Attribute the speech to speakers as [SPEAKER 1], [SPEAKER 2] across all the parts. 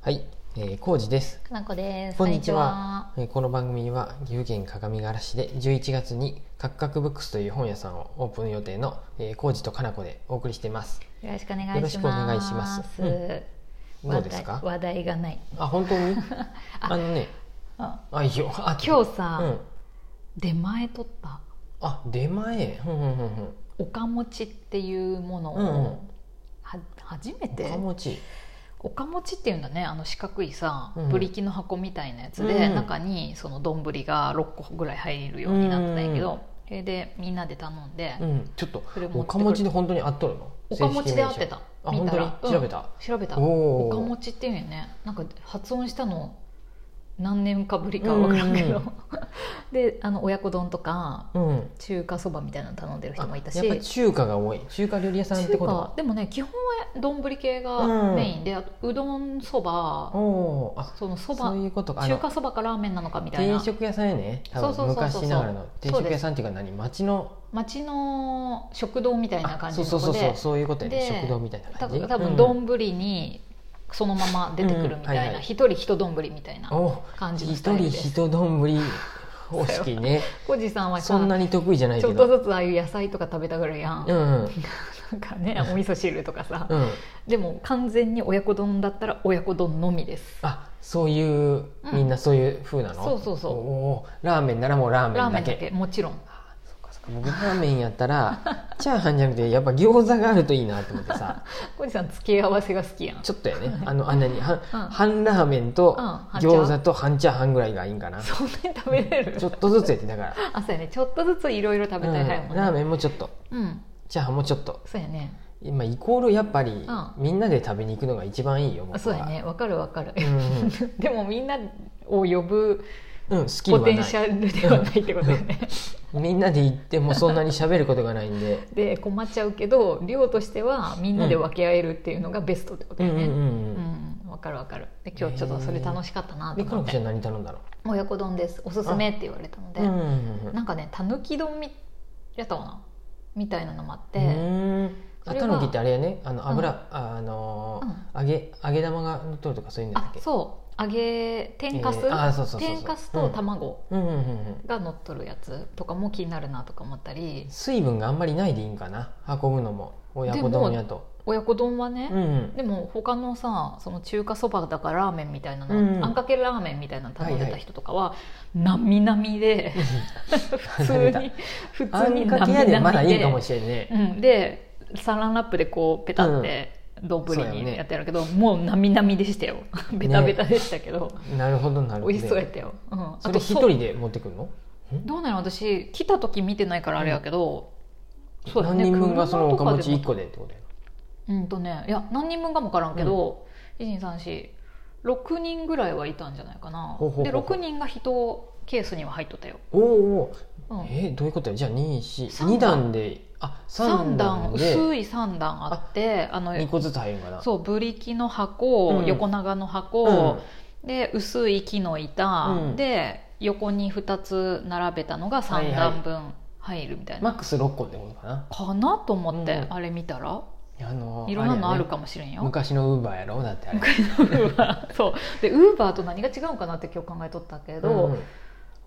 [SPEAKER 1] はい、えー、康二です。
[SPEAKER 2] かなこです。
[SPEAKER 1] こんにちは。えーこの番組は岐阜県各務原市で11月にカクカクブックスという本屋さんをオープン予定の、えー、康二とかなこでお送りしています。
[SPEAKER 2] こんにちは。よ
[SPEAKER 1] よろ
[SPEAKER 2] ろ
[SPEAKER 1] し
[SPEAKER 2] し
[SPEAKER 1] く
[SPEAKER 2] く
[SPEAKER 1] お
[SPEAKER 2] お
[SPEAKER 1] 願
[SPEAKER 2] 願
[SPEAKER 1] い
[SPEAKER 2] い
[SPEAKER 1] し
[SPEAKER 2] し
[SPEAKER 1] ま
[SPEAKER 2] ますす。
[SPEAKER 1] どうですか
[SPEAKER 2] 話題話題がない。
[SPEAKER 1] あ、本当 にあのね、
[SPEAKER 2] あ
[SPEAKER 1] あ、いいよ。あ、
[SPEAKER 2] 今
[SPEAKER 1] 日
[SPEAKER 2] 日さ、
[SPEAKER 1] うん。
[SPEAKER 2] 出前取った
[SPEAKER 1] あ、出前。ふんふんふんふん。
[SPEAKER 2] おかもちっていうものを、
[SPEAKER 1] うんうん
[SPEAKER 2] は初め
[SPEAKER 1] お
[SPEAKER 2] て
[SPEAKER 1] かもち。
[SPEAKER 2] おかもちっていうんだねあの四角いさ、
[SPEAKER 1] うん
[SPEAKER 2] ブリキの箱みたいなやつ
[SPEAKER 1] うん
[SPEAKER 2] で、
[SPEAKER 1] うん
[SPEAKER 2] 中にその丼が6個ぐらい入れるようになってたんやけど、それでみんなで頼んで、
[SPEAKER 1] うん。ちょっと
[SPEAKER 2] それ持ってくる
[SPEAKER 1] おかもちで本当に合っとるの？
[SPEAKER 2] おかもちで合って
[SPEAKER 1] 正式名称
[SPEAKER 2] た
[SPEAKER 1] あ、
[SPEAKER 2] 見
[SPEAKER 1] 本
[SPEAKER 2] た
[SPEAKER 1] 当に
[SPEAKER 2] ら
[SPEAKER 1] 調べ
[SPEAKER 2] うん
[SPEAKER 1] た。
[SPEAKER 2] 調べた
[SPEAKER 1] お
[SPEAKER 2] お
[SPEAKER 1] ー
[SPEAKER 2] かもちっていうんよねなんか発音したの何年かぶりか分からんけど、
[SPEAKER 1] うん
[SPEAKER 2] であの親子丼とか
[SPEAKER 1] うん。
[SPEAKER 2] 中華そばみたいなの頼んでる人もいたし
[SPEAKER 1] あやっぱり中華が多い。中華料理屋さんって
[SPEAKER 2] 中
[SPEAKER 1] こ
[SPEAKER 2] 華
[SPEAKER 1] と。
[SPEAKER 2] でもね基本は丼系がメインで、あとうどんそば
[SPEAKER 1] おお。あ、
[SPEAKER 2] そのそば
[SPEAKER 1] そういうことか。あの
[SPEAKER 2] 中華そばかラーメンなのかみたい
[SPEAKER 1] 定
[SPEAKER 2] な
[SPEAKER 1] 食屋さんやね多分
[SPEAKER 2] そうそうそうそう
[SPEAKER 1] 昔ながらの定食屋さんっていうか何町の
[SPEAKER 2] 町の食堂みたいな
[SPEAKER 1] あ
[SPEAKER 2] 感じ
[SPEAKER 1] そう
[SPEAKER 2] の
[SPEAKER 1] そう
[SPEAKER 2] と
[SPEAKER 1] そ
[SPEAKER 2] こ
[SPEAKER 1] うそう
[SPEAKER 2] で
[SPEAKER 1] そういうことやね
[SPEAKER 2] で
[SPEAKER 1] 食堂みたいな
[SPEAKER 2] 多
[SPEAKER 1] 感じ
[SPEAKER 2] 分多分
[SPEAKER 1] うん
[SPEAKER 2] 丼にそのまま出てくるみた
[SPEAKER 1] うんうんはい
[SPEAKER 2] い
[SPEAKER 1] は
[SPEAKER 2] ない一人一丼みたいな
[SPEAKER 1] お
[SPEAKER 2] 感じの
[SPEAKER 1] 一
[SPEAKER 2] スタイル
[SPEAKER 1] 人
[SPEAKER 2] です
[SPEAKER 1] 一丼方式 ね
[SPEAKER 2] 小路さんはさ
[SPEAKER 1] そんなに得意じゃない
[SPEAKER 2] ちょ
[SPEAKER 1] け
[SPEAKER 2] っと
[SPEAKER 1] ど
[SPEAKER 2] ずつああいう野菜とか食べたがるやん、
[SPEAKER 1] うんうん
[SPEAKER 2] なんかねお味噌汁とかさ、
[SPEAKER 1] うん
[SPEAKER 2] でも完全に親子丼だったら親子丼のみです
[SPEAKER 1] あそういう
[SPEAKER 2] うん
[SPEAKER 1] みんなそういう風なの
[SPEAKER 2] そうそうそう
[SPEAKER 1] おおラーメンならもうラーメ
[SPEAKER 2] ラー
[SPEAKER 1] ン
[SPEAKER 2] メ
[SPEAKER 1] だ
[SPEAKER 2] ンだ
[SPEAKER 1] け
[SPEAKER 2] けもちろん
[SPEAKER 1] あそっかそっか僕ラーメンやったら チャーハンじゃなくてやっぱ餃子があるといいなと思ってさ
[SPEAKER 2] 小路さん付け合わせが好きやん
[SPEAKER 1] ちょっとやねあのあんなに半
[SPEAKER 2] うん
[SPEAKER 1] 半ラーメンと
[SPEAKER 2] うん半チャー
[SPEAKER 1] 餃子と半チャーハンぐらいがいいんかな
[SPEAKER 2] そんなに食べれる
[SPEAKER 1] ちょっとずつやってだから
[SPEAKER 2] あそうやねちょっとずついろいろ食べたい派やも
[SPEAKER 1] うんんラーメ
[SPEAKER 2] ね
[SPEAKER 1] ンもちょっと
[SPEAKER 2] うん、
[SPEAKER 1] チャーハンもちょっと
[SPEAKER 2] そうやね
[SPEAKER 1] 今イコールやっぱり
[SPEAKER 2] ん
[SPEAKER 1] みんなで食べに行くのが一番いいよ僕
[SPEAKER 2] あ
[SPEAKER 1] は
[SPEAKER 2] そうやねわかるわかる、
[SPEAKER 1] うん
[SPEAKER 2] でもみんなを呼ぶ
[SPEAKER 1] うん、うん、スキ
[SPEAKER 2] ポ
[SPEAKER 1] ルは
[SPEAKER 2] テ
[SPEAKER 1] な
[SPEAKER 2] ン
[SPEAKER 1] い
[SPEAKER 2] シャルではないってことだよね
[SPEAKER 1] みんなで行ってもそんなに喋ることがないん で
[SPEAKER 2] で困っちゃうけど量としてはみんなで分け合えるっていうのがベストってこと
[SPEAKER 1] うん
[SPEAKER 2] よ
[SPEAKER 1] うん
[SPEAKER 2] ね、
[SPEAKER 1] うんうん
[SPEAKER 2] うんわかるわかるで今日ちょっとそれ楽しかったなと
[SPEAKER 1] でか
[SPEAKER 2] 思
[SPEAKER 1] の
[SPEAKER 2] っ
[SPEAKER 1] こちゃ
[SPEAKER 2] て
[SPEAKER 1] ん何頼んだの
[SPEAKER 2] 「親子丼ですおすすめ」って言われたので、
[SPEAKER 1] うんうんうん
[SPEAKER 2] なんかねたぬき丼みやったかなみたいなのもあって、
[SPEAKER 1] うーんあ
[SPEAKER 2] それ
[SPEAKER 1] た
[SPEAKER 2] は
[SPEAKER 1] ぬきってあれやねあの油、
[SPEAKER 2] うん
[SPEAKER 1] あのー揚げ揚げ玉が乗っとるとかそういうんだっ
[SPEAKER 2] あ
[SPEAKER 1] け
[SPEAKER 2] そう揚げ天かす、
[SPEAKER 1] えーあそうそうそうそう
[SPEAKER 2] 天かすと卵
[SPEAKER 1] うんうんうんうん
[SPEAKER 2] が乗っとるやつとかも気になるなとか思ったり
[SPEAKER 1] 水分があんまりないでいいんかな運ぶのも親子丼やと
[SPEAKER 2] 親子丼はね、
[SPEAKER 1] うんうん
[SPEAKER 2] でも他のさその中華そばだからラーメンみたいなの、
[SPEAKER 1] うん
[SPEAKER 2] あんかけラーメンみたいなの頼んでた人とかはなみなみで 普通
[SPEAKER 1] 離れ
[SPEAKER 2] に 普
[SPEAKER 1] あ
[SPEAKER 2] 通に
[SPEAKER 1] ん
[SPEAKER 2] な
[SPEAKER 1] かけ
[SPEAKER 2] み
[SPEAKER 1] 屋でま
[SPEAKER 2] な
[SPEAKER 1] だ
[SPEAKER 2] み
[SPEAKER 1] いいか
[SPEAKER 2] で
[SPEAKER 1] もしれんね
[SPEAKER 2] うんでサランラップでこうペタって丼
[SPEAKER 1] そうよね
[SPEAKER 2] にやってやるけど、もうなみなみでしたよベタベタでしたけど、
[SPEAKER 1] なるほどなるほど
[SPEAKER 2] 美味しそうやったよ、うん、あ
[SPEAKER 1] それ一
[SPEAKER 2] そう
[SPEAKER 1] 人で持ってくるの
[SPEAKER 2] どうなの私来た時見てないからあれやけど、そうだね
[SPEAKER 1] 何人分がそのおかも
[SPEAKER 2] 車とか
[SPEAKER 1] ち
[SPEAKER 2] で
[SPEAKER 1] 一個でってことや
[SPEAKER 2] うんとねいや何人分かも分からんけど、12346人ぐらいはいたんじゃないかな
[SPEAKER 1] ほうほうほう
[SPEAKER 2] で6人が1ケースには入っとったよ、
[SPEAKER 1] おお
[SPEAKER 2] うん
[SPEAKER 1] お、えーどういうことやじゃあ2
[SPEAKER 2] 三
[SPEAKER 1] 2
[SPEAKER 2] 段
[SPEAKER 1] 段であ三
[SPEAKER 2] 3段
[SPEAKER 1] 段で
[SPEAKER 2] 薄い3段あってあの
[SPEAKER 1] 2個ずつ入るんかな
[SPEAKER 2] そうブリキの箱、
[SPEAKER 1] うん
[SPEAKER 2] 横長の
[SPEAKER 1] うん
[SPEAKER 2] 箱、で薄い木の板、
[SPEAKER 1] うん
[SPEAKER 2] で横に2つ並べたのが3段分入るみたい
[SPEAKER 1] マ
[SPEAKER 2] な、
[SPEAKER 1] ックス6個ってことかな
[SPEAKER 2] かなと思って、
[SPEAKER 1] うん
[SPEAKER 2] あれ見たら
[SPEAKER 1] あの
[SPEAKER 2] いろんなのあるか
[SPEAKER 1] も
[SPEAKER 2] もしれん よ、
[SPEAKER 1] 昔のウーバーやろだってあれ
[SPEAKER 2] ウーバーそうでウーバーと何が違うんかなって今日考えとったけど、
[SPEAKER 1] うん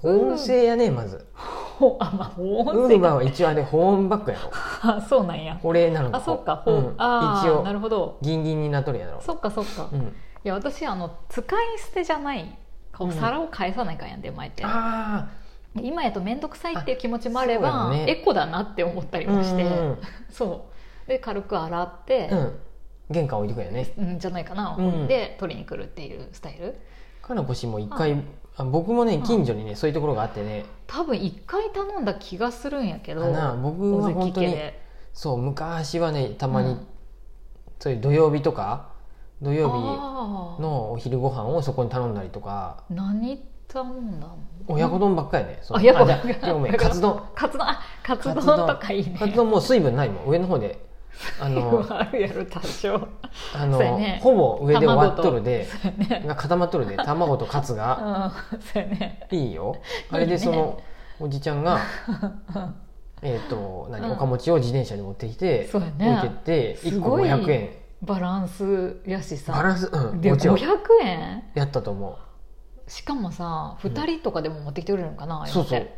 [SPEAKER 1] 保温性やねまず
[SPEAKER 2] ほあまあ保
[SPEAKER 1] ウ
[SPEAKER 2] 温
[SPEAKER 1] ー
[SPEAKER 2] 性
[SPEAKER 1] バー
[SPEAKER 2] が
[SPEAKER 1] は一応あれ保温バッグやろ
[SPEAKER 2] あそうなんや
[SPEAKER 1] 保冷なの
[SPEAKER 2] あそっか、
[SPEAKER 1] う
[SPEAKER 2] ほうんあ
[SPEAKER 1] 一
[SPEAKER 2] あな
[SPEAKER 1] 応
[SPEAKER 2] るほど
[SPEAKER 1] ギンギンになっとるやろ
[SPEAKER 2] そっかそっか、
[SPEAKER 1] う
[SPEAKER 2] い
[SPEAKER 1] ん
[SPEAKER 2] や私あの使い捨てじゃないこう
[SPEAKER 1] うん
[SPEAKER 2] 皿を返さないかんやん出前って、
[SPEAKER 1] あ
[SPEAKER 2] で今やと面倒くさいっていう気持ちもあれ
[SPEAKER 1] あ
[SPEAKER 2] ば
[SPEAKER 1] そうだね
[SPEAKER 2] エコだなって思ったり
[SPEAKER 1] あ
[SPEAKER 2] もして、
[SPEAKER 1] うん
[SPEAKER 2] そうで軽く洗って
[SPEAKER 1] う、ん玄関置いてくやね
[SPEAKER 2] うん、じゃないかな、
[SPEAKER 1] うん
[SPEAKER 2] で取りに来るっていうスタイル
[SPEAKER 1] かなこ氏も一回
[SPEAKER 2] う
[SPEAKER 1] あ僕もね
[SPEAKER 2] ん
[SPEAKER 1] 近所にねそういうところがあってね
[SPEAKER 2] 多分一回頼んだ気がするんやけど
[SPEAKER 1] かな僕は本当
[SPEAKER 2] 小関家
[SPEAKER 1] に
[SPEAKER 2] で
[SPEAKER 1] そう昔はねたま
[SPEAKER 2] う
[SPEAKER 1] に
[SPEAKER 2] ん
[SPEAKER 1] そういう土曜日とか土曜日
[SPEAKER 2] あー
[SPEAKER 1] のお昼ご飯をそこに頼んだりとか
[SPEAKER 2] 何頼んだの
[SPEAKER 1] 親子丼ばっかりやねその
[SPEAKER 2] あ親子丼
[SPEAKER 1] じゃあごめんカツ丼
[SPEAKER 2] カツ丼あカツ丼とかいいね
[SPEAKER 1] カツ丼もう水分ないもん上の方であ の
[SPEAKER 2] あるやろ 多少
[SPEAKER 1] あの
[SPEAKER 2] そうやね
[SPEAKER 1] ほぼ上で割っとるで
[SPEAKER 2] そうやね
[SPEAKER 1] が固まっとるで卵とカツ
[SPEAKER 2] う
[SPEAKER 1] が
[SPEAKER 2] んそうやね
[SPEAKER 1] いいよ あれでそのおじちゃんがえっと何おかもちを自転車に持ってきて
[SPEAKER 2] そうやね
[SPEAKER 1] 置いてって
[SPEAKER 2] す
[SPEAKER 1] 1個
[SPEAKER 2] ごい
[SPEAKER 1] 500円
[SPEAKER 2] バランスやし
[SPEAKER 1] バ
[SPEAKER 2] さ
[SPEAKER 1] ランス、うん、
[SPEAKER 2] で
[SPEAKER 1] もちろん
[SPEAKER 2] 500円
[SPEAKER 1] やったと思
[SPEAKER 2] しかもさ
[SPEAKER 1] うん
[SPEAKER 2] 2人とかでも持ってきてくれるのかな、あ
[SPEAKER 1] う
[SPEAKER 2] あい
[SPEAKER 1] そう
[SPEAKER 2] の
[SPEAKER 1] う
[SPEAKER 2] って
[SPEAKER 1] そう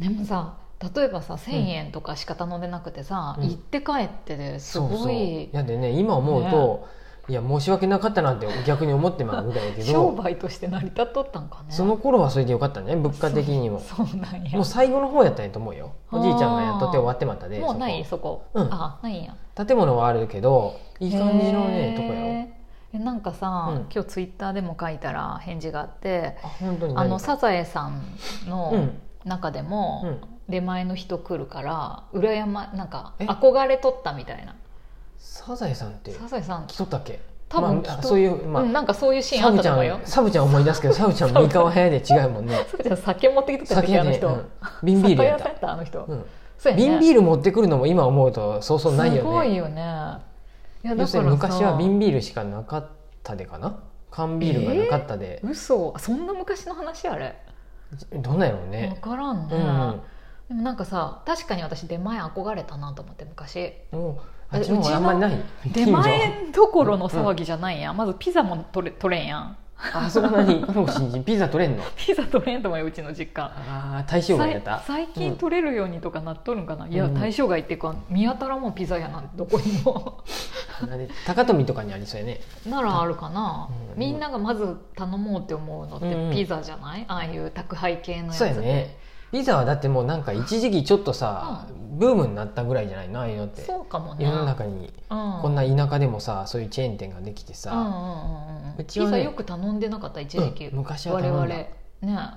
[SPEAKER 2] でもさ例えばさ1,000円とかしか頼んでなくてさ、
[SPEAKER 1] うん
[SPEAKER 2] 行って帰ってです
[SPEAKER 1] そうそ
[SPEAKER 2] ご
[SPEAKER 1] う
[SPEAKER 2] い
[SPEAKER 1] やでね今思うと、いや申し訳なかったなって逆に思ってまうみたい だけ
[SPEAKER 2] 商
[SPEAKER 1] ど
[SPEAKER 2] 売として成り立っとったんかね
[SPEAKER 1] その頃はそれでよかったね物価的にも
[SPEAKER 2] そうそうなんや
[SPEAKER 1] もう最後の方やったんやと思うよ
[SPEAKER 2] あー
[SPEAKER 1] おじいちゃんがやっとって終わってまったで
[SPEAKER 2] もうない
[SPEAKER 1] そ
[SPEAKER 2] そこ、
[SPEAKER 1] うん
[SPEAKER 2] あないんや
[SPEAKER 1] こ建物はあるけどいい感じのね
[SPEAKER 2] へー
[SPEAKER 1] とこやろ
[SPEAKER 2] えなんかさ、
[SPEAKER 1] うん
[SPEAKER 2] 今日ツイッターでも書いたら返事があって
[SPEAKER 1] あ本当に
[SPEAKER 2] あの
[SPEAKER 1] さ
[SPEAKER 2] サザエさん
[SPEAKER 1] う
[SPEAKER 2] の
[SPEAKER 1] ん
[SPEAKER 2] 中で
[SPEAKER 1] う
[SPEAKER 2] も
[SPEAKER 1] ん
[SPEAKER 2] 出前の人来るから羨まなんか
[SPEAKER 1] え
[SPEAKER 2] 憧れとったみたいな
[SPEAKER 1] サザエさんって
[SPEAKER 2] サザエさん
[SPEAKER 1] 来とったっけ
[SPEAKER 2] 多分
[SPEAKER 1] ま
[SPEAKER 2] 来
[SPEAKER 1] あ、
[SPEAKER 2] と
[SPEAKER 1] そういうまあ、
[SPEAKER 2] うん、なんかそういうシーン
[SPEAKER 1] サ
[SPEAKER 2] あっ
[SPEAKER 1] ブ
[SPEAKER 2] た
[SPEAKER 1] ち
[SPEAKER 2] と
[SPEAKER 1] ゃ
[SPEAKER 2] 思うよ
[SPEAKER 1] んサブちゃん思い出すけ どサブちゃん三河部屋で違うもんね
[SPEAKER 2] サブちゃん酒持ってきてた
[SPEAKER 1] 酒
[SPEAKER 2] 時あ
[SPEAKER 1] 屋
[SPEAKER 2] の
[SPEAKER 1] で、
[SPEAKER 2] 人、
[SPEAKER 1] うん、瓶ビール
[SPEAKER 2] 酒
[SPEAKER 1] や
[SPEAKER 2] 屋
[SPEAKER 1] っ
[SPEAKER 2] さん
[SPEAKER 1] た
[SPEAKER 2] やったあの人、
[SPEAKER 1] うん
[SPEAKER 2] そうやね
[SPEAKER 1] 瓶ビール持ってくるのも今思うとそうそうないよね
[SPEAKER 2] すごいよねいや
[SPEAKER 1] 要
[SPEAKER 2] だ
[SPEAKER 1] す
[SPEAKER 2] か
[SPEAKER 1] る
[SPEAKER 2] ら
[SPEAKER 1] に
[SPEAKER 2] さ
[SPEAKER 1] 昔は瓶ビールしかなかったでかな缶ビールがなかったで、
[SPEAKER 2] 嘘そんな昔の話あれ
[SPEAKER 1] どんなんやろう
[SPEAKER 2] 分
[SPEAKER 1] ね
[SPEAKER 2] からんね、
[SPEAKER 1] うん
[SPEAKER 2] でもなんかさ確かに私出前憧れたなと思って昔
[SPEAKER 1] もう
[SPEAKER 2] え
[SPEAKER 1] あっちの
[SPEAKER 2] うち
[SPEAKER 1] 方
[SPEAKER 2] の
[SPEAKER 1] あんまりない
[SPEAKER 2] 出前どころの騒ぎじゃないやん、まずピザも取れ取れんやん
[SPEAKER 1] あそこ何もう新人ピザ取れんの
[SPEAKER 2] ピザ取れんと思うようちの実家
[SPEAKER 1] ああ大正外やった
[SPEAKER 2] さい最近取れるようにとかなっとるんかな、いうや
[SPEAKER 1] ん
[SPEAKER 2] 対象外っていうか見当たらんもんピザ屋なんてどこにも
[SPEAKER 1] なんで高富とかにありそうやね
[SPEAKER 2] ならあるかな、
[SPEAKER 1] うん
[SPEAKER 2] みんながまず頼もうって思うのっ
[SPEAKER 1] うん
[SPEAKER 2] てピザじゃない、ああいう宅配系のやつ
[SPEAKER 1] そうやねピザはだってもうなんか一時期ちょっとさ、ブームになったぐらいじゃないのああいうのって
[SPEAKER 2] そうかもね
[SPEAKER 1] 世の中に
[SPEAKER 2] うん、
[SPEAKER 1] こんな田舎でもさそういうチェーン店ができて
[SPEAKER 2] うん
[SPEAKER 1] さ、
[SPEAKER 2] うんうんうん
[SPEAKER 1] うち
[SPEAKER 2] ピ
[SPEAKER 1] はね
[SPEAKER 2] ザよく頼んでなかった一時期、
[SPEAKER 1] うん昔は
[SPEAKER 2] 我
[SPEAKER 1] 頼んだ
[SPEAKER 2] 々ね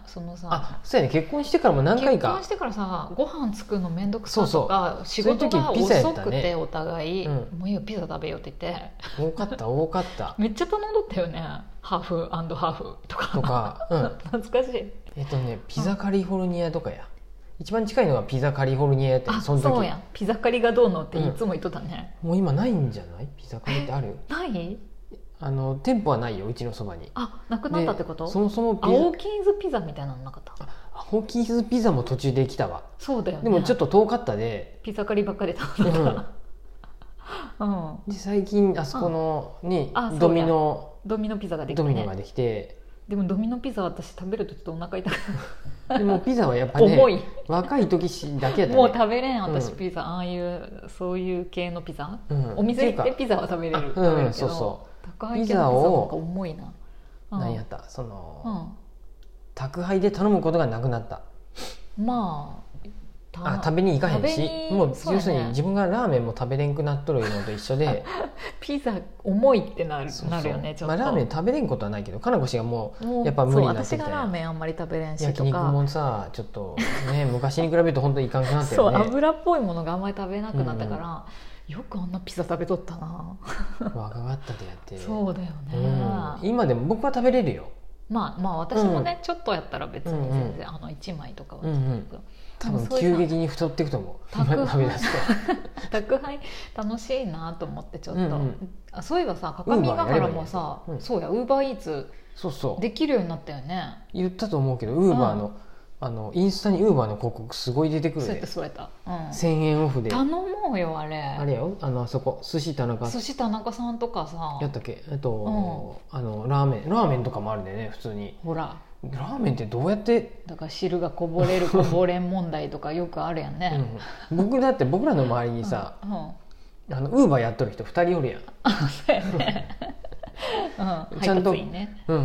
[SPEAKER 2] そのさ
[SPEAKER 1] あそうやね結婚してからも何回
[SPEAKER 2] 結
[SPEAKER 1] か
[SPEAKER 2] 婚してからさご飯作るの面倒くさとか
[SPEAKER 1] そう
[SPEAKER 2] 仕事が
[SPEAKER 1] そういう時ピザやった
[SPEAKER 2] 遅
[SPEAKER 1] ね
[SPEAKER 2] くて、お互い、
[SPEAKER 1] うん
[SPEAKER 2] もういいよピザ食べようって言って
[SPEAKER 1] 多かった多かった
[SPEAKER 2] めっちゃ頼んどったよねハーフハーフとか
[SPEAKER 1] とか、うん、
[SPEAKER 2] 懐かしい
[SPEAKER 1] えっとねピザカリフォルニアとかや一番近いのがピザカリフォルニアやったよ
[SPEAKER 2] あ
[SPEAKER 1] そ
[SPEAKER 2] そ
[SPEAKER 1] の時
[SPEAKER 2] うやんピザ狩りがどうのって
[SPEAKER 1] うん
[SPEAKER 2] いつも言っとったね、
[SPEAKER 1] もう今ないんじゃないピザカリってある
[SPEAKER 2] ない
[SPEAKER 1] あの店舗はないようちのそばに
[SPEAKER 2] あなくなったってこと
[SPEAKER 1] でそもそもピ
[SPEAKER 2] 青キーズピザみたいなのなかった
[SPEAKER 1] ザあホーキンズピザも途中で来たわ
[SPEAKER 2] そうだよね
[SPEAKER 1] でもちょっと遠かったで、
[SPEAKER 2] ピザ狩りばっかり頼んだから、 うん、
[SPEAKER 1] で最近あそこのに
[SPEAKER 2] あそうや
[SPEAKER 1] ドミノ
[SPEAKER 2] ドミノピザができた
[SPEAKER 1] ドミノ
[SPEAKER 2] ね
[SPEAKER 1] ができ て
[SPEAKER 2] でもドミノピザ私食べるとちょっとお腹痛く
[SPEAKER 1] でもピザはやっぱね
[SPEAKER 2] 重い
[SPEAKER 1] 若い時しだけやったね
[SPEAKER 2] もう食べれん私
[SPEAKER 1] うん
[SPEAKER 2] ピザ、ああいうそういう系のピザ、
[SPEAKER 1] うん
[SPEAKER 2] お店行っ
[SPEAKER 1] っていうか
[SPEAKER 2] てピザは食べれる、
[SPEAKER 1] あうん
[SPEAKER 2] 食べるけど、
[SPEAKER 1] そうそ
[SPEAKER 2] 高い
[SPEAKER 1] ピ
[SPEAKER 2] 系のピザ
[SPEAKER 1] ザ
[SPEAKER 2] は
[SPEAKER 1] を
[SPEAKER 2] なんか重いな、うん、
[SPEAKER 1] 何やったそうの、
[SPEAKER 2] ん
[SPEAKER 1] 宅配で頼むことがなくなった
[SPEAKER 2] まあた
[SPEAKER 1] あ食べに行かへん
[SPEAKER 2] 食べ
[SPEAKER 1] し
[SPEAKER 2] に
[SPEAKER 1] もう
[SPEAKER 2] そうやね
[SPEAKER 1] 要するに自分がラーメンも食べれんくなっとるのと一緒で
[SPEAKER 2] ピザ重いってなる
[SPEAKER 1] そうそう
[SPEAKER 2] なるよねちょっ
[SPEAKER 1] ま
[SPEAKER 2] と、
[SPEAKER 1] あ、ラーメン食べれんことはないけどかなこしがも
[SPEAKER 2] もう
[SPEAKER 1] やっぱ無理になって
[SPEAKER 2] そ
[SPEAKER 1] き
[SPEAKER 2] う私
[SPEAKER 1] た
[SPEAKER 2] が
[SPEAKER 1] よ
[SPEAKER 2] ラーメンあんまり食べれん
[SPEAKER 1] う
[SPEAKER 2] し
[SPEAKER 1] 焼
[SPEAKER 2] と
[SPEAKER 1] 肉
[SPEAKER 2] か
[SPEAKER 1] もさちょっとね 昔に比べると本当にいかんくなった
[SPEAKER 2] そう
[SPEAKER 1] よね
[SPEAKER 2] 油っぽいものがあんまり食べなくなったから、よくあんなピザ食べとったな、
[SPEAKER 1] 若かったでやって
[SPEAKER 2] そうだよね、
[SPEAKER 1] うん今でも僕は食べれるよ
[SPEAKER 2] まあまあ私もね、ちょっとやったら別に全然
[SPEAKER 1] うん、
[SPEAKER 2] あの1枚とかは
[SPEAKER 1] うんうん多分
[SPEAKER 2] そういう
[SPEAKER 1] 急
[SPEAKER 2] さ
[SPEAKER 1] 激に太っていくと思う
[SPEAKER 2] 宅配
[SPEAKER 1] 食べ出すと
[SPEAKER 2] 宅配楽しいなと思ってちょっと、
[SPEAKER 1] うんうん
[SPEAKER 2] あそういえばさ各務原もさ
[SPEAKER 1] Uber やればいいんですようん
[SPEAKER 2] そうやウーバーイーツ
[SPEAKER 1] そうそう
[SPEAKER 2] できるようになったよね
[SPEAKER 1] 言ったと思うけどウーバーの,、あのインスタにウーバーの広告すごい出てくる
[SPEAKER 2] そうやっ
[SPEAKER 1] で
[SPEAKER 2] たそうやった、う
[SPEAKER 1] 1000円オフ
[SPEAKER 2] ん、
[SPEAKER 1] で
[SPEAKER 2] 頼
[SPEAKER 1] あ
[SPEAKER 2] もうよあれ
[SPEAKER 1] れよあのあそこ寿司田中
[SPEAKER 2] そして田中さんとかさ
[SPEAKER 1] やったっけえっと、あのラーメンラーメンとかもあるんだよね普通に
[SPEAKER 2] ほら
[SPEAKER 1] ラーメンってどうやって、
[SPEAKER 2] だから汁がこぼれるこぼれん問題とかよくあるやんね、
[SPEAKER 1] うん、僕だって僕らの周りにさ、
[SPEAKER 2] うんうん
[SPEAKER 1] あのウーバーやっとる人2人おるやん、
[SPEAKER 2] あそうやねうん
[SPEAKER 1] ちゃんと
[SPEAKER 2] 配達員ね
[SPEAKER 1] うんう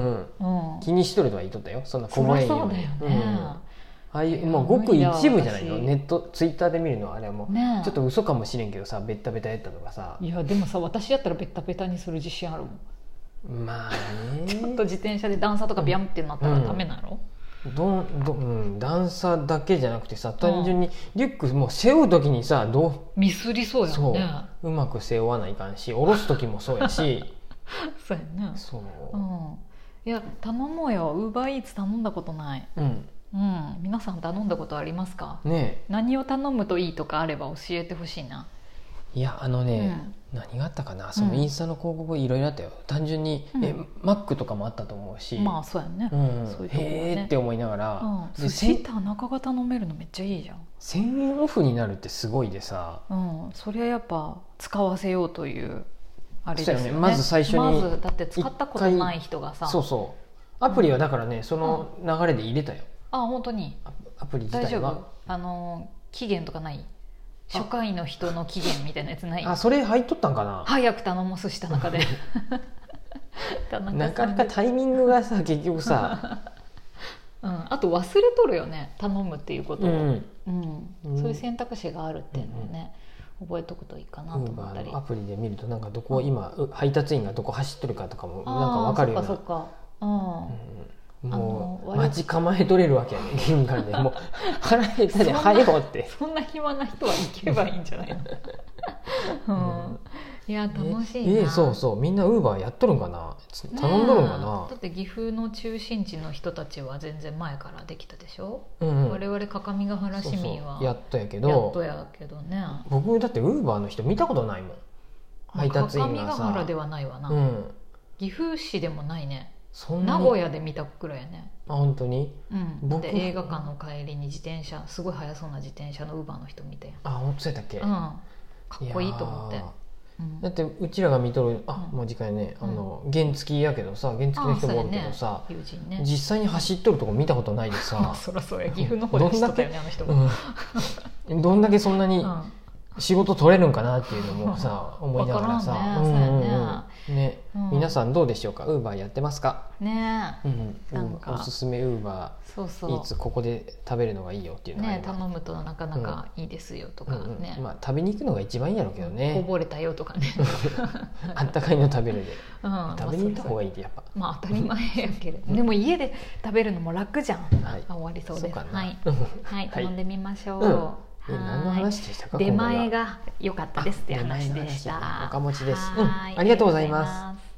[SPEAKER 1] ん、
[SPEAKER 2] うん
[SPEAKER 1] 気にしとるとは言っとったよそんなこ
[SPEAKER 2] そ
[SPEAKER 1] ぼ
[SPEAKER 2] り
[SPEAKER 1] れ
[SPEAKER 2] ゃ
[SPEAKER 1] んよ
[SPEAKER 2] そうう
[SPEAKER 1] に
[SPEAKER 2] だよ
[SPEAKER 1] うんうん
[SPEAKER 2] ね
[SPEAKER 1] あ、あいうもう
[SPEAKER 2] 無
[SPEAKER 1] ごく
[SPEAKER 2] 理だわ
[SPEAKER 1] 一部じゃないの
[SPEAKER 2] 私
[SPEAKER 1] ネットツイッターで見るのはあれはもう、
[SPEAKER 2] ねえ
[SPEAKER 1] ちょっと嘘かもしれんけどさベッタベタやったとかさ
[SPEAKER 2] いやでもさ私やったらベタベタにする自信あるもん
[SPEAKER 1] まあね
[SPEAKER 2] ちょっと自転車で段差とかビャンってなったらダメなの、
[SPEAKER 1] どんどん、うん、段差だけじゃなくてさ単純にリュックもう背負う時にさど
[SPEAKER 2] ミスりそう
[SPEAKER 1] う
[SPEAKER 2] や
[SPEAKER 1] そ
[SPEAKER 2] ん
[SPEAKER 1] う
[SPEAKER 2] ね
[SPEAKER 1] うまく背負わないかんし下ろす時もそうやし
[SPEAKER 2] そうやね
[SPEAKER 1] そう
[SPEAKER 2] うんいや頼もうよウーバーイーツ頼んだことない
[SPEAKER 1] うん
[SPEAKER 2] うん皆さん頼んだことありますか
[SPEAKER 1] ね
[SPEAKER 2] 何を頼むといいとかあれば教えてほしいな
[SPEAKER 1] えいやあのね、何があったかなそのインスタの広告いろいろあったよ単純に、
[SPEAKER 2] うん
[SPEAKER 1] えマックとかもあったと思うし、
[SPEAKER 2] まあそうやね
[SPEAKER 1] う、ん
[SPEAKER 2] そういうとこはね
[SPEAKER 1] へえって思いながら、
[SPEAKER 2] うん、
[SPEAKER 1] で
[SPEAKER 2] 寿
[SPEAKER 1] せん
[SPEAKER 2] 司田中が頼めるのめっちゃいいじゃん
[SPEAKER 1] 1000円オフになるってすごいでさ
[SPEAKER 2] うん、それはやっぱ使わせようというあれですよ
[SPEAKER 1] そう
[SPEAKER 2] ね
[SPEAKER 1] やねまず最初に
[SPEAKER 2] まずだって使ったことない人がさ
[SPEAKER 1] そうそうアプリはだからねその流れで入れたよ、
[SPEAKER 2] あ本当に
[SPEAKER 1] アアプリ自
[SPEAKER 2] 大
[SPEAKER 1] 体
[SPEAKER 2] 丈
[SPEAKER 1] は
[SPEAKER 2] 夫あの期限とかない初回の人の期限みたいなやつない
[SPEAKER 1] あそれ入っとったんかな
[SPEAKER 2] 早く頼もすした 中で田中さん
[SPEAKER 1] なかなかタイミングがさ結局さ、
[SPEAKER 2] うん、あと忘れとるよね頼むって いうこと
[SPEAKER 1] う
[SPEAKER 2] を、
[SPEAKER 1] ん、
[SPEAKER 2] うん
[SPEAKER 1] うん
[SPEAKER 2] そういう選択肢があるっていうのをね、覚えとくといいかなと思った
[SPEAKER 1] Uber
[SPEAKER 2] り
[SPEAKER 1] のアプリで見るとなんかどこ今う配達員がどこ走ってるかとかもなんか
[SPEAKER 2] あ
[SPEAKER 1] わ
[SPEAKER 2] ー
[SPEAKER 1] かるよう
[SPEAKER 2] そっ
[SPEAKER 1] な
[SPEAKER 2] かそっかうん
[SPEAKER 1] うん
[SPEAKER 2] あの
[SPEAKER 1] もう
[SPEAKER 2] 割と
[SPEAKER 1] 待ち構えとれるわけ やね玄関でもう腹減ったで「はよ」って
[SPEAKER 2] そんな暇な人は行けばいいんじゃないの、
[SPEAKER 1] う
[SPEAKER 2] うんん、いや楽しいな
[SPEAKER 1] ええそうそうみんなウーバーやっとるんかなつ頼んどるんか
[SPEAKER 2] ね
[SPEAKER 1] な
[SPEAKER 2] えだって岐阜の中心地の人たちは全然前からできたでしょ、
[SPEAKER 1] うんうん
[SPEAKER 2] 我々各務原市民
[SPEAKER 1] そう
[SPEAKER 2] は
[SPEAKER 1] そうや
[SPEAKER 2] や
[SPEAKER 1] っ
[SPEAKER 2] っ
[SPEAKER 1] とやけ
[SPEAKER 2] と
[SPEAKER 1] ど
[SPEAKER 2] やけどね
[SPEAKER 1] 僕だってウーバーの人見たことないもん配達員
[SPEAKER 2] 各
[SPEAKER 1] が
[SPEAKER 2] 務原
[SPEAKER 1] さ
[SPEAKER 2] ではないわな、
[SPEAKER 1] うん
[SPEAKER 2] 岐阜市でもないね
[SPEAKER 1] そんな
[SPEAKER 2] 名
[SPEAKER 1] に
[SPEAKER 2] 古屋で見たくらいやね、
[SPEAKER 1] あ本当に
[SPEAKER 2] うん、だっ
[SPEAKER 1] 僕
[SPEAKER 2] て映画館の帰りに自転車すごい速そうな自転車のウーバーの人見て、
[SPEAKER 1] あ本当そうやったっけ
[SPEAKER 2] うん、かっこいいと思って
[SPEAKER 1] やー、
[SPEAKER 2] うん
[SPEAKER 1] だってうちらが見とるあ、
[SPEAKER 2] うん
[SPEAKER 1] もう時間やねあ
[SPEAKER 2] うん
[SPEAKER 1] の原付きやけどさ原付きの人もおるけどさ、
[SPEAKER 2] 友人ね
[SPEAKER 1] 実際に走っとるとこ見たことないで
[SPEAKER 2] まあ
[SPEAKER 1] さ、
[SPEAKER 2] そらそうや岐阜の方で知っとったよねあの人も、
[SPEAKER 1] うん、 どんだけそんな
[SPEAKER 2] う
[SPEAKER 1] に
[SPEAKER 2] ん
[SPEAKER 1] 仕事取れるんかなっていうのもさ思いながらさ
[SPEAKER 2] わからんね
[SPEAKER 1] うんうんうんね
[SPEAKER 2] うん
[SPEAKER 1] 皆さんどうでしょうかウーバーやってますか、
[SPEAKER 2] ねえ
[SPEAKER 1] うんうん
[SPEAKER 2] なんか
[SPEAKER 1] おすすめウーバ
[SPEAKER 2] そうそう
[SPEAKER 1] ーいつここで食べるのがいいよっていうのがあ
[SPEAKER 2] ね
[SPEAKER 1] れば
[SPEAKER 2] 頼むとなかなかいいですよとか
[SPEAKER 1] うんうん
[SPEAKER 2] ね、
[SPEAKER 1] まあ、食べに行くのが一番いいやろうけど
[SPEAKER 2] こ
[SPEAKER 1] ね、
[SPEAKER 2] ぼれたよとかね、
[SPEAKER 1] あったかいの食べるで
[SPEAKER 2] うん まあ
[SPEAKER 1] 食べに行った方が
[SPEAKER 2] いい
[SPEAKER 1] いいってやっぱ
[SPEAKER 2] まあ当たり前やけれど、
[SPEAKER 1] うん
[SPEAKER 2] でも家で食べるのも楽じゃん、
[SPEAKER 1] はい
[SPEAKER 2] あ終わりそうです
[SPEAKER 1] かな、
[SPEAKER 2] は
[SPEAKER 1] え
[SPEAKER 2] い、はい、
[SPEAKER 1] はい
[SPEAKER 2] 頼んでみましょう、
[SPEAKER 1] え何の
[SPEAKER 2] はーい
[SPEAKER 1] 話でしたか
[SPEAKER 2] 出
[SPEAKER 1] 今回は
[SPEAKER 2] 前が良かったですって話
[SPEAKER 1] あ出前の
[SPEAKER 2] で
[SPEAKER 1] 話
[SPEAKER 2] し
[SPEAKER 1] ね
[SPEAKER 2] た
[SPEAKER 1] おかもちです
[SPEAKER 2] はー
[SPEAKER 1] うんありがとうございます
[SPEAKER 2] ありがとうございます